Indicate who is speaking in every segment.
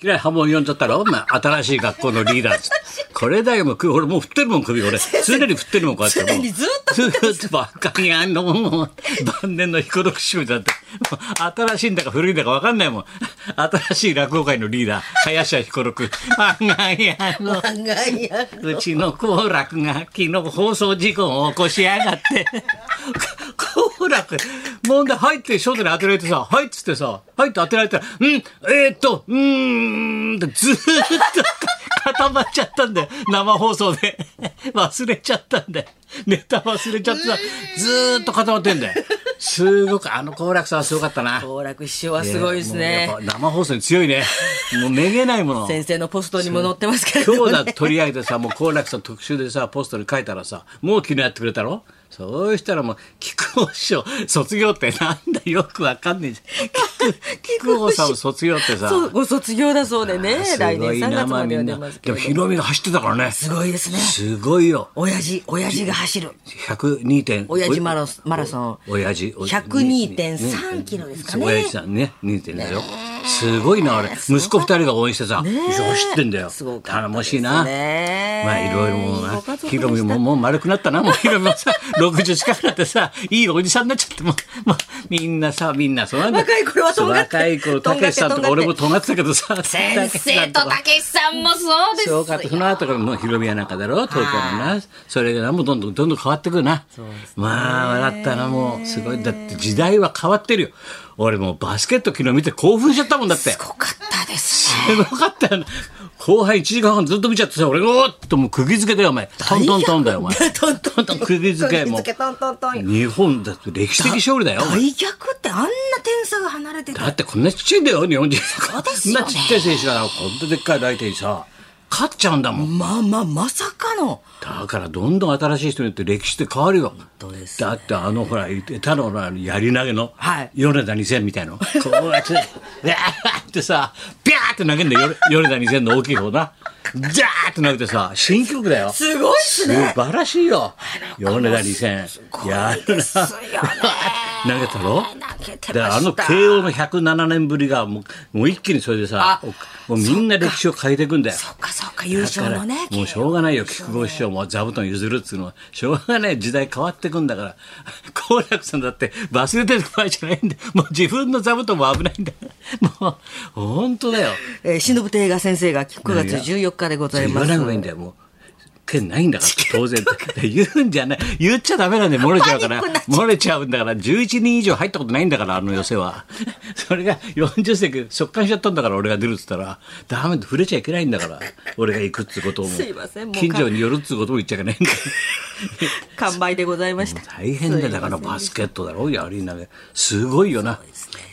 Speaker 1: きなり波紋呼んじゃったろお前、新しい学校のリーダーっつってこれだよ、もう、く俺もう振ってるもん、首、俺。常に振ってるもん、こうやって。
Speaker 2: 常にずっと振って
Speaker 1: る。ずっとばっかりあんの、もう、晩年の彦六師匠だって。もう新しいんだか古いんだかわかんないもん。新しい落語界のリーダー、林家彦 六。漫画やの。
Speaker 2: 案外や
Speaker 1: うちの好楽が昨日放送事故を起こしやがって。 好楽、もんで入って商店に当てられてさ、はいっつってさ、はいって当てられたら、うん、えー、っと、うーんってずーっと 固まっちゃったんだよ。生放送で。 忘れちゃったんだよ。ネタ忘れちゃってさ、ずーっと固まってんだよ。すごく、あの好楽さんはすごかったな。
Speaker 2: 好楽師匠は すごいですね
Speaker 1: もうやっぱ生放送に強いね。もうめげないもの。
Speaker 2: 先生のポストにも載ってますけれど
Speaker 1: 今
Speaker 2: も、
Speaker 1: 日
Speaker 2: ね、
Speaker 1: だって取り上げてさもう好楽さん特集でさポストに書いたらさもう昨日やってくれたろそうしたらもう木久扇師匠卒業ってなんだよくわかんねえじゃん木久扇さんを卒業ってさ
Speaker 2: そうご卒業だそうでね
Speaker 1: す
Speaker 2: 来年
Speaker 1: ごいな
Speaker 2: 3月
Speaker 1: まあ
Speaker 2: ま
Speaker 1: み
Speaker 2: では
Speaker 1: ん
Speaker 2: 出
Speaker 1: な
Speaker 2: ます
Speaker 1: で
Speaker 2: け
Speaker 1: も
Speaker 2: れど
Speaker 1: ヒロミが走ってたからね
Speaker 2: すごいですね
Speaker 1: すごいよ
Speaker 2: 親父親父が走る
Speaker 1: 102点
Speaker 2: 親父マラソンマラソン
Speaker 1: お親父お
Speaker 2: 102.3キロですかね
Speaker 1: 親父さんね2点だよすごいなあれ息子2人が応援してさ
Speaker 2: え
Speaker 1: 走ってんだよ
Speaker 2: すごかったですね
Speaker 1: 頼もしいなまあいろいろもう
Speaker 2: いいご
Speaker 1: な
Speaker 2: 家族でした
Speaker 1: ヒロミももう丸くなったなもうヒロミもさ60近くなってさいいおじさんになっちゃってもうもうみんなさみんなそうなんだよ
Speaker 2: 若い頃はとんがって
Speaker 1: 若い頃たけしさんとか
Speaker 2: とんがって
Speaker 1: 俺もとんがってたけどさ
Speaker 2: 先生とたけしさんもそうです
Speaker 1: そうかって、その後からもう広宮なんかだろ、東京のな。それがもうどんどんどんどん変わってくるな。まあ、笑ったな、もう。すごい。だって時代は変わってるよ。俺もうバスケット昨日見て興奮しちゃったもんだって。す
Speaker 2: すごかったですね
Speaker 1: ごかったよな。後半1時間半ずっと見ちゃってさ、俺がおーっともう釘付けだよ、お前。トントントンだよ、 お前。
Speaker 2: トントントン
Speaker 1: 釘付けもう
Speaker 2: 釘付けトントントンよ
Speaker 1: 日本だって歴史的勝利だよ、お前
Speaker 2: 大逆ってあんな点差が離れて
Speaker 1: だ
Speaker 2: た
Speaker 1: ってこんなちっちゃいんだよ、日本人。
Speaker 2: うです
Speaker 1: こん
Speaker 2: よね
Speaker 1: なちっちゃい選手が、こんなでっかい相手にさ、勝っちゃうんだもん。
Speaker 2: まあまあまさかの
Speaker 1: だからどんどん新しい人によって歴史って変わるよ。
Speaker 2: 当です
Speaker 1: だってあのほら、太郎のあのやり投げの、
Speaker 2: はい
Speaker 1: 米田2000みたいの。こうやって、うわーってさ、ビャーって投げんだよ、米田2000の大きい方な。ジャーって投げてさ、新記録だよ。
Speaker 2: すごいっすね
Speaker 1: 素晴らしいよ。米田2000。やるな。
Speaker 2: すよね
Speaker 1: 投げたろ
Speaker 2: 投げてました
Speaker 1: だからあの慶応の107年ぶりがもうもう一気にそれでさ
Speaker 2: あ
Speaker 1: もうみんな歴史を変えていくんだよ
Speaker 2: そっかそっか優勝のね
Speaker 1: だからもうしょうがないよ菊郷師匠も座布団譲るっつうのはしょうがない時代変わってくんだから 好楽さんだって忘れてる場合じゃないんだよもう自分の座布団も危ないんだよもう本当だよ
Speaker 2: えー、忍亭が先生が9月14日でござい
Speaker 1: 言
Speaker 2: ま
Speaker 1: わ
Speaker 2: す
Speaker 1: なくないいんだよもう剣ないんだから当然言うんじゃない言っちゃダメなんで漏れちゃうから
Speaker 2: パニックに
Speaker 1: 漏れちゃうんだから11人以上入ったことないんだからあの寄せはそれが40席速乾しちゃったんだから俺が出るっつったらダメだ触れちゃいけないんだから俺が行くっつうことも
Speaker 2: すいませんもうか
Speaker 1: 近所に寄るっつうことも言っちゃいけないんだよ
Speaker 2: 完売でございました
Speaker 1: 大変だよだからバスケットだろやり投げすごいよな、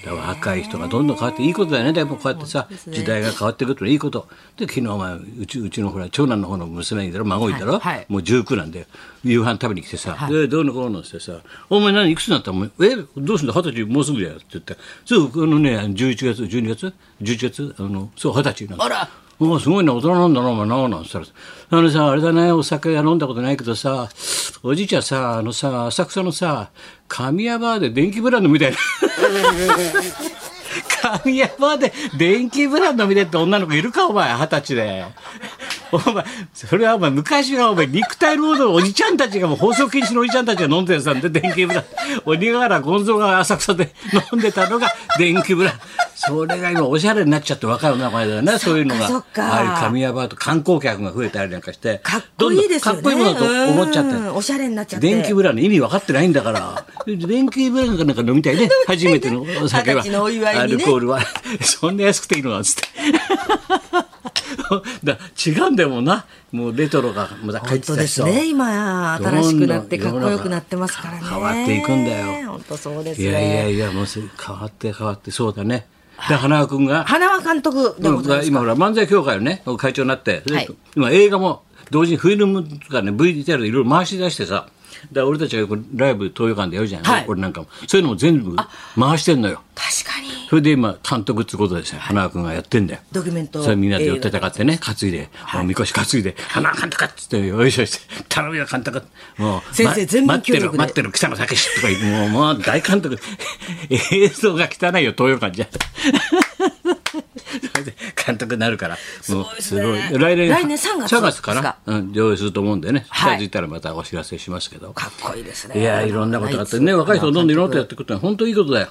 Speaker 1: だから若い人がどんどん変わっていいことだよねでもこうやってさ、
Speaker 2: ですね
Speaker 1: 時代が変わっていくといいことで昨日お前うちうちのほら長男の方の娘いだろ孫いだろ、
Speaker 2: はいはい
Speaker 1: もう19なんで夕飯食べに来てさ「
Speaker 2: はい
Speaker 1: でどうのこうの」ってさ「お前何いくつになったのお前えどうすんだ二十歳もうすぐだよ」って言ってそうこのね11月12月11月あのそう二十歳なんだ
Speaker 2: あら
Speaker 1: おおすごいな大人なんだなお前ななんつったらあのさあれだねお酒は飲んだことないけどさおじいちゃんさあのさ浅草のさ神谷バーで電気ブランドみたいな神谷バーで電気ブランドみたいって女の子いるかお前二十歳でお前それはお前昔はお前肉体労働のおじちゃんたちがもう放送禁止のおじちゃんたちが飲んでるさんで電気ブランド鬼瓦ゴンゾが浅草で飲んでたのが電気ブランドそれが今おしゃれになっちゃって若い名前だよねそういうのが
Speaker 2: そっか
Speaker 1: ああいう神谷バーと観光客が増えたりなんかして
Speaker 2: かっこいいですよね
Speaker 1: どんどんかっこいいものだと思っちゃって
Speaker 2: うんおしゃれになっちゃって
Speaker 1: 電気ブランドの意味分かってないんだから 電気ブランドなんか飲みたい ね初めてのお酒は
Speaker 2: 二十歳のお祝いにね
Speaker 1: アルコールは そんな安くていいのなんつって。 だ違うんだよもうなもうレトロがまだ帰っ
Speaker 2: 本
Speaker 1: て
Speaker 2: 当
Speaker 1: た
Speaker 2: で
Speaker 1: し
Speaker 2: す
Speaker 1: さ
Speaker 2: ね今
Speaker 1: どんど
Speaker 2: 新
Speaker 1: ん
Speaker 2: しくなってかっこよくなってますからね
Speaker 1: 変わっていくんだよ
Speaker 2: 本当そうです
Speaker 1: い
Speaker 2: ね
Speaker 1: やいやいやもうす変わって変わってそうだねで花輪君が
Speaker 2: 花輪監督でございます
Speaker 1: 今ほら漫才協会のね会長になって、
Speaker 2: はい
Speaker 1: 今映画も同時にフィルムとかね VTR でいろいろ回し出してさだから俺たちがよくライブ東洋館でやるじゃない、
Speaker 2: はい
Speaker 1: 俺なんかもそういうのも全部回してんのよ
Speaker 2: 確かに
Speaker 1: それで今監督ってことですよ花輪君がやってんだよ
Speaker 2: ドキュメント
Speaker 1: それみんなで寄って戦ってね担いで、もうみこし担いで「花輪監督!」っつってよいしょして「頼むよ監督」もう
Speaker 2: 先生全部
Speaker 1: 待って
Speaker 2: 協
Speaker 1: る
Speaker 2: 力で
Speaker 1: 待ってる北野武とか言ってもうもう大監督 映像が汚いよ東洋館じゃ。それで監督になるから。も
Speaker 2: そう
Speaker 1: う
Speaker 2: ですね
Speaker 1: 来年、
Speaker 2: 来年3月
Speaker 1: 3月か
Speaker 2: です
Speaker 1: な
Speaker 2: か。
Speaker 1: うん、上映すると思うんでね。近
Speaker 2: はい
Speaker 1: づいたらまたお知らせしますけど。
Speaker 2: かっこいいですね。
Speaker 1: いやいろんなことがあってね、若い人どんどんいろんなことやっていくってのは本当にいいことだよ。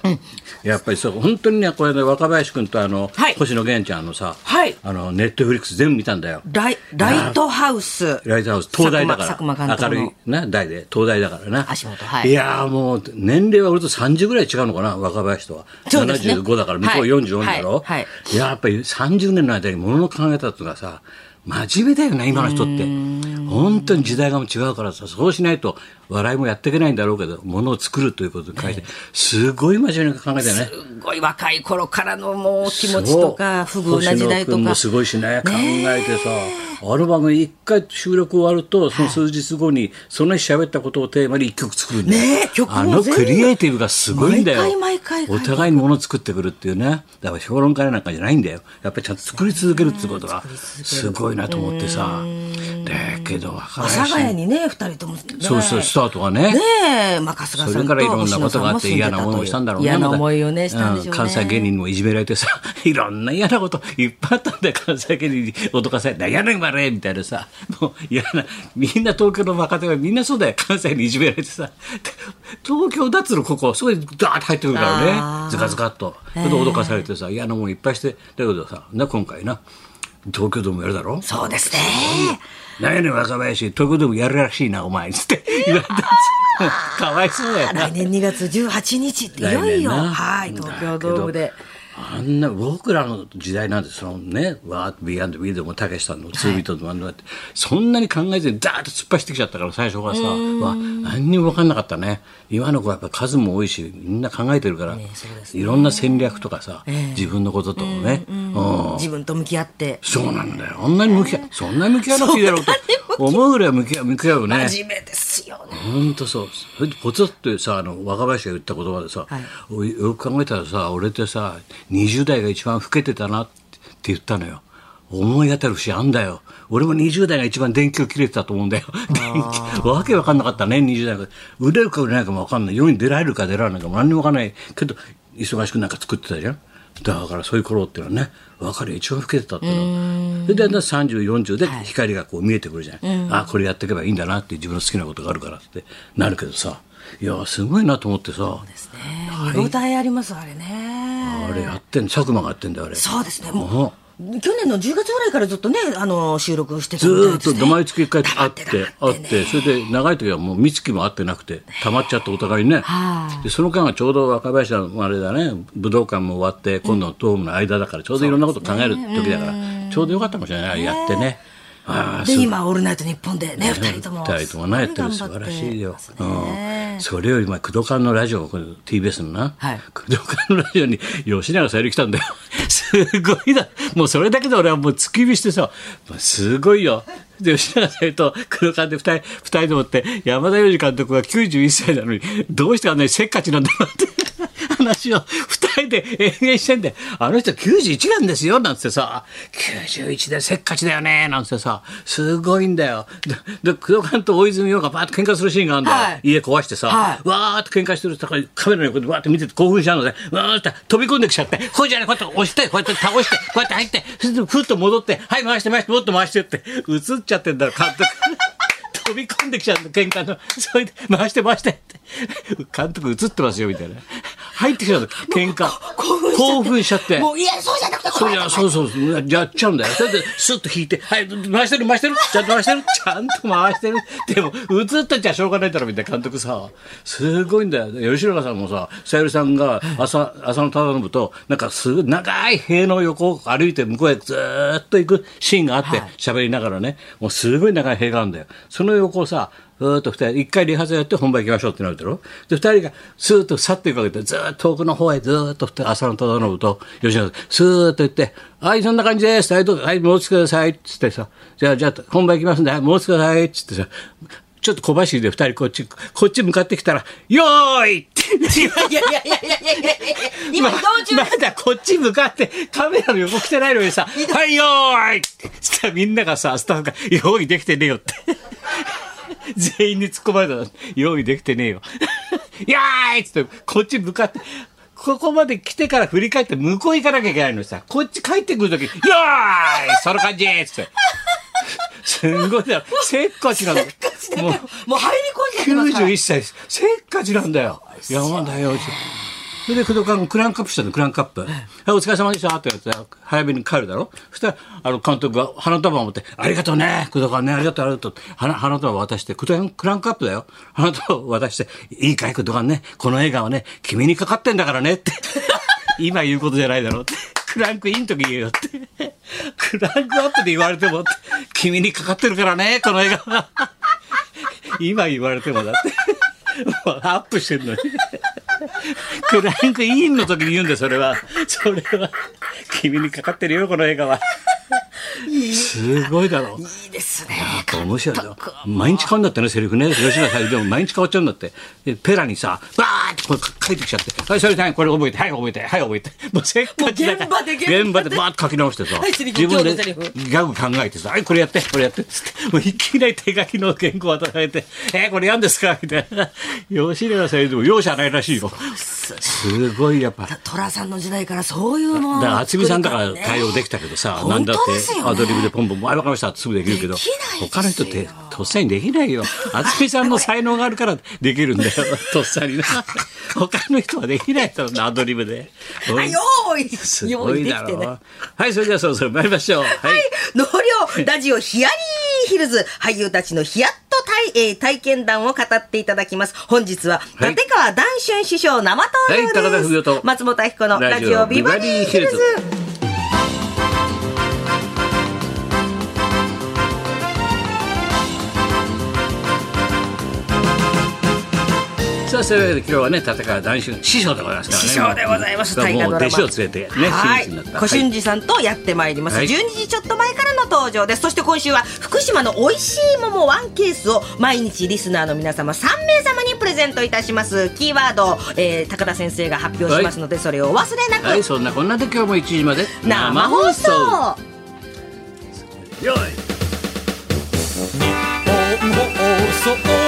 Speaker 1: やっぱりそう、本当にね、これね、若林君とあの、
Speaker 2: はい
Speaker 1: 星野源ちゃんのさ、
Speaker 2: はい
Speaker 1: あの、ネットフリックス全部見たんだよ。
Speaker 2: ライライトハウス。
Speaker 1: ライトハウス、東大だ
Speaker 2: 佐
Speaker 1: か
Speaker 2: 久間
Speaker 1: ら、明
Speaker 2: 佐久間監督
Speaker 1: る
Speaker 2: の
Speaker 1: いな、大で、東大だからな。
Speaker 2: 足元はい
Speaker 1: いやーもう、年齢は俺と30ぐらい違うのかな、若林とは。
Speaker 2: そうですね
Speaker 1: 75だから、向こう
Speaker 2: はい
Speaker 1: 44だろ。
Speaker 2: はいはい
Speaker 1: いや、やっぱり30年の間にものの考え方とかさ、真面目だよね、今の人って。本当に時代が違うからさ、そうしないと、笑いもやっていけないんだろうけど、ものを作るということに関して、すごい真面目に考えてね。
Speaker 2: すごい若い頃からのもう気持ちとか、
Speaker 1: そう
Speaker 2: 不遇な時代
Speaker 1: 星
Speaker 2: と
Speaker 1: 野君
Speaker 2: か
Speaker 1: も。すごいしね、考えてさ、アルバム一回収録終わると、その数日後に、その日喋ったことをテーマに一曲作るんだよ。
Speaker 2: ねえ曲も
Speaker 1: あの
Speaker 2: 全部
Speaker 1: クリエイティブがすごいんだよ。
Speaker 2: 毎回毎回書い
Speaker 1: お
Speaker 2: て
Speaker 1: 互いにものを作ってくるっていうね。だから評論家なんかじゃないんだよ。やっぱりちゃんと作り続けるってことが、すごいなと思ってさ。だけど、若
Speaker 2: 阿
Speaker 1: 林
Speaker 2: 佐ヶ谷にね、二人ともね。
Speaker 1: そうそう、スタートがね。
Speaker 2: ねえ、まあ、春日
Speaker 1: そ
Speaker 2: さ
Speaker 1: れ
Speaker 2: ん
Speaker 1: からい
Speaker 2: と
Speaker 1: ろんな
Speaker 2: 星
Speaker 1: こ
Speaker 2: 野
Speaker 1: と
Speaker 2: さ
Speaker 1: が
Speaker 2: ん
Speaker 1: あ
Speaker 2: も
Speaker 1: って
Speaker 2: 住んで
Speaker 1: 嫌
Speaker 2: たとい
Speaker 1: な
Speaker 2: う
Speaker 1: 思いをしたんだろうね。
Speaker 2: 嫌な
Speaker 1: まだ
Speaker 2: 思いをね、したんでしょうね。
Speaker 1: うん関西芸人にもいじめられてさ、 いろんな嫌なこといっぱいあったんだよ、関西芸人に脅かされ て、やねんまれみたいなさ、もう嫌な、みんな東京の若手はみんなそうだよ、関西にいじめられてさ、 東京脱のここ、そこにダーッと入ってくるからね、
Speaker 2: あー
Speaker 1: ずかずかっと。それで脅かされてさ、嫌なもんいっぱいして、だけどさ、な、今回な、東京ドームやるだろ
Speaker 2: そうですね。
Speaker 1: 何やねん若林、東京ドームやるらしいな、お前、つって 言われたんですよ。かわいそうだよな
Speaker 2: 来。年2月18日っていよい
Speaker 1: 来年
Speaker 2: よ、
Speaker 1: な
Speaker 2: はい、東京ドームで。
Speaker 1: あんな僕らの時代なんてそのね「わーっと「B&B」でもたけしさんの「ツービート」でもあんなって、そんなに考えずにダーッと突っ走ってきちゃったから最初からさわ何にも分かんなかったね今の子はやっぱ数も多いしみんな考えてるから、いろんな戦略とかさ、自分のことともね、うん
Speaker 2: 自分と向き合って。
Speaker 1: そうなんだよあんなに向き合そんなに向き合わなくていいだろうと思うぐらい向き合う向き合うよね
Speaker 2: 真面目ですよね。
Speaker 1: 本当そうそれでポツってさあの若林が言った言葉でさ、
Speaker 2: はい
Speaker 1: おいよく考えたらさ俺ってさ20代が一番老けてたなって言ったのよ思い当たる節あんだよ俺も20代が一番電球切れてたと思うんだよ電気わけわかんなかったね20代が売れるか売れないかもわかんない世に出られるか出られないかも何にもわかんないけど忙しくなんか作ってたじゃんだからそういう頃っていうのはね若い一番老けてたっていうのはそれで3040で光がこう見えてくるじゃん、あこれやっていけばいいんだなって自分の好きなことがあるからってなるけどさいやすごいなと思ってさ、
Speaker 2: 見応えあります、あれね。
Speaker 1: あれやってん佐久間がやってんだよあれ
Speaker 2: そうですね、もう。去年の10月ぐらいからずっとね、あの、収録してた
Speaker 1: ず
Speaker 2: みたい
Speaker 1: ーっ
Speaker 2: です
Speaker 1: と
Speaker 2: ね。
Speaker 1: 毎月一回会って
Speaker 2: 黙って
Speaker 1: 会ってそれで長い時はもう美月も会ってなくて溜まっちゃってお互いにね
Speaker 2: は
Speaker 1: でその間はちょうど若林さんもあれだね武道館も終わって今度のドームの間だからちょうどいろんなこと考える時だからちょうどよかったかもしれないやってねああ
Speaker 2: で、今、オールナイト日本でね、二人とも。
Speaker 1: 二人ともなやってる
Speaker 2: す
Speaker 1: 素
Speaker 2: ご
Speaker 1: 晴
Speaker 2: 頑
Speaker 1: ら
Speaker 2: 張って
Speaker 1: しいよ
Speaker 2: ます、
Speaker 1: う
Speaker 2: ね
Speaker 1: ん、それより前工藤館のラジオこれ TBS のな、
Speaker 2: はい
Speaker 1: 工藤館のラジオに吉永小百合来たんだよ すごいなもうそれだけで俺はもう突き火してさもうすごいよで吉永小百合と工藤館で二人二人でもって山田洋次監督が91歳なのにどうしてあんなにせっかちなんだろうって話を二人で延々してんであの人91なんですよなんつってさ91でせっかちだよねなんつってさすごいんだよでで工藤館と大泉洋がバーッと喧嘩するシーンがあるんだよ、
Speaker 2: はい
Speaker 1: 家壊してさ、
Speaker 2: はい
Speaker 1: わーって喧嘩してるとからカメラの横でわーって見てて興奮しちゃうので、わーって飛び込んできちゃって、こうじゃない、こうやって押して、こうやって倒して、こうやって入って、そしてふっと戻って、はい、回して回して、もっと回してって、映っちゃってんだよ、監督。 飛び込んできちゃうの、喧嘩の。それで、回して回してって。監督映ってますよ、みたいな。入ってきちゃうの、喧嘩。興奮しちゃって。
Speaker 2: もう、いや、そうじゃなくて、こ
Speaker 1: そう
Speaker 2: れ
Speaker 1: じゃそうそうそうやっちゃうんだよそれでスッと引いて「はい回してる回してるちゃんと回してるちゃんと回してる」でも映ったっちゃしょうがないだろみたいな監督さすごいんだよ吉永さんもささゆりさんが朝朝の忠信となんかすごい長い塀の横を歩いて向こうへずーっと行くシーンがあって喋、りながらねもうすごい長い塀があるんだよその横をさずーっと二人、一回リハーサルやって本番行きましょうってなるだろで、二人がスーッと去っていくわけで、ずーっと遠くの方へずーっと二人、浅野忠信と吉野さん、スーッと行って、はい、そんな感じです。はい、どうぞはい、戻ってください。つってさ、じゃあ、じゃあ、本番行きますんで、はい、戻ってください。つってさ、ちょっと小走りで二人こっち、こっち向かってきたら、よーいって。
Speaker 2: いやいやいやいやいやいやいや今、移動中
Speaker 1: ままだこっち向かってカメラの横来てないのにさ「はいよーい!」 ってしたらみんながさスタッフが「用意できてねえよ」って 全員に突っ込まれたの「用意できてねえよ」「やーい!」っつってこっち向かってここまで来てから振り返って向こう行かなきゃいけないのにさ、こっち帰ってくるとき、よーいその感じっつって。 すごいだろ。せっかちなの。もう、
Speaker 2: もう入り込んじゃってますから
Speaker 1: 91歳です。せっかちなんだよ。山田洋次。それで工藤君クランクアップしたのクランクアップ、はい、お疲れ様でしたって言われて早めに帰るだろそしたらあの監督が花束を持って「ありがとうね工藤君ねありがとうありがとう」花花束を渡して工藤君クランクアップだよ花束を渡して「いいかい工藤君ねこの映画はね君にかかってんだからね」って 今言うことじゃないだろうってクランクインの時言うよって クランクアップで言われてもって君にかかってるからねこの映画は 今言われてもだって もうアップしてるのに。クランクインの時に言うんだよ、それは。それは。君にかかってるよ、この映画は。すごいだろ。
Speaker 2: いいですね
Speaker 1: やっぱ面白いよ。毎日変わるんだってね、セリフね。吉野さんでも毎日変わっちゃうんだって。でペラにさ、バーってこれ書いてきちゃって。はい、それはい、これ覚えて、はい、覚えて、はい、覚えて。もうせっかちだから。
Speaker 2: もう現場で現場で
Speaker 1: 現場でバーって書き直してさ。
Speaker 2: はいセリフ
Speaker 1: 自分で
Speaker 2: 今日のセ
Speaker 1: ギャグ考えてさ、はい、これやって、これやって、つって。もういきなり手書きの原稿を与えて、えーこれやんですかみたいな。 吉野さんでも容赦ないらしいよ。すごい、やっぱ。
Speaker 2: 寅さんの時代からそういうの
Speaker 1: だから渥美さんだから対応で
Speaker 2: き
Speaker 1: きたけどさ、
Speaker 2: 本当
Speaker 1: なんだっ
Speaker 2: ですよ
Speaker 1: て
Speaker 2: ね
Speaker 1: アドリブでポンポン、あれ分かりましたってすぐできるけど、
Speaker 2: できないですよ
Speaker 1: 他の人ってとっさにできないよ。渥美さんの才能があるから できるんだよ、とっさにな。 他の人はできないだろうな、アドリブで。
Speaker 2: あよ
Speaker 1: す
Speaker 2: ーい
Speaker 1: ご
Speaker 2: 用意
Speaker 1: い
Speaker 2: で
Speaker 1: だ
Speaker 2: きて
Speaker 1: ろ
Speaker 2: ね
Speaker 1: う。はい、それではそろそろ参りましょう。はい。
Speaker 2: 納涼ラジオヒヤリーヒルズ俳優たちのヒヤッと体,、えー体験談を語っていただきます本日は
Speaker 1: はい
Speaker 2: 立川談春師匠生登
Speaker 1: はい高田文
Speaker 2: 場
Speaker 1: 夫
Speaker 2: です、
Speaker 1: と
Speaker 2: 松本明子のラ
Speaker 1: ラ
Speaker 2: ジ
Speaker 1: ジ
Speaker 2: オ
Speaker 1: オ
Speaker 2: ビ
Speaker 1: ビ
Speaker 2: バ
Speaker 1: バ
Speaker 2: リ
Speaker 1: リ
Speaker 2: ー
Speaker 1: ー
Speaker 2: ヒ
Speaker 1: ヒ
Speaker 2: ル
Speaker 1: ル
Speaker 2: ズ
Speaker 1: ズさあ、そういうわけで今日はね、立川談春、師匠でございますからね。
Speaker 2: 師匠でございます大河
Speaker 1: もう
Speaker 2: ド
Speaker 1: 弟
Speaker 2: ラマ
Speaker 1: 子を連れてね、
Speaker 2: は
Speaker 1: 真打
Speaker 2: い
Speaker 1: ちになった。
Speaker 2: 小春二さんとやってまいります、
Speaker 1: はい
Speaker 2: 12時ちょっと前からの登場ですそして今週は福島の美味しい桃ワンケースを毎日リスナーの皆様3名様にプレゼントいたしますキーワードを、えー高田先生が発表しますので、それをお忘れなく、
Speaker 1: はい、そんなこんなで今日も1時まで
Speaker 2: 生放送
Speaker 1: よい
Speaker 3: 日本放送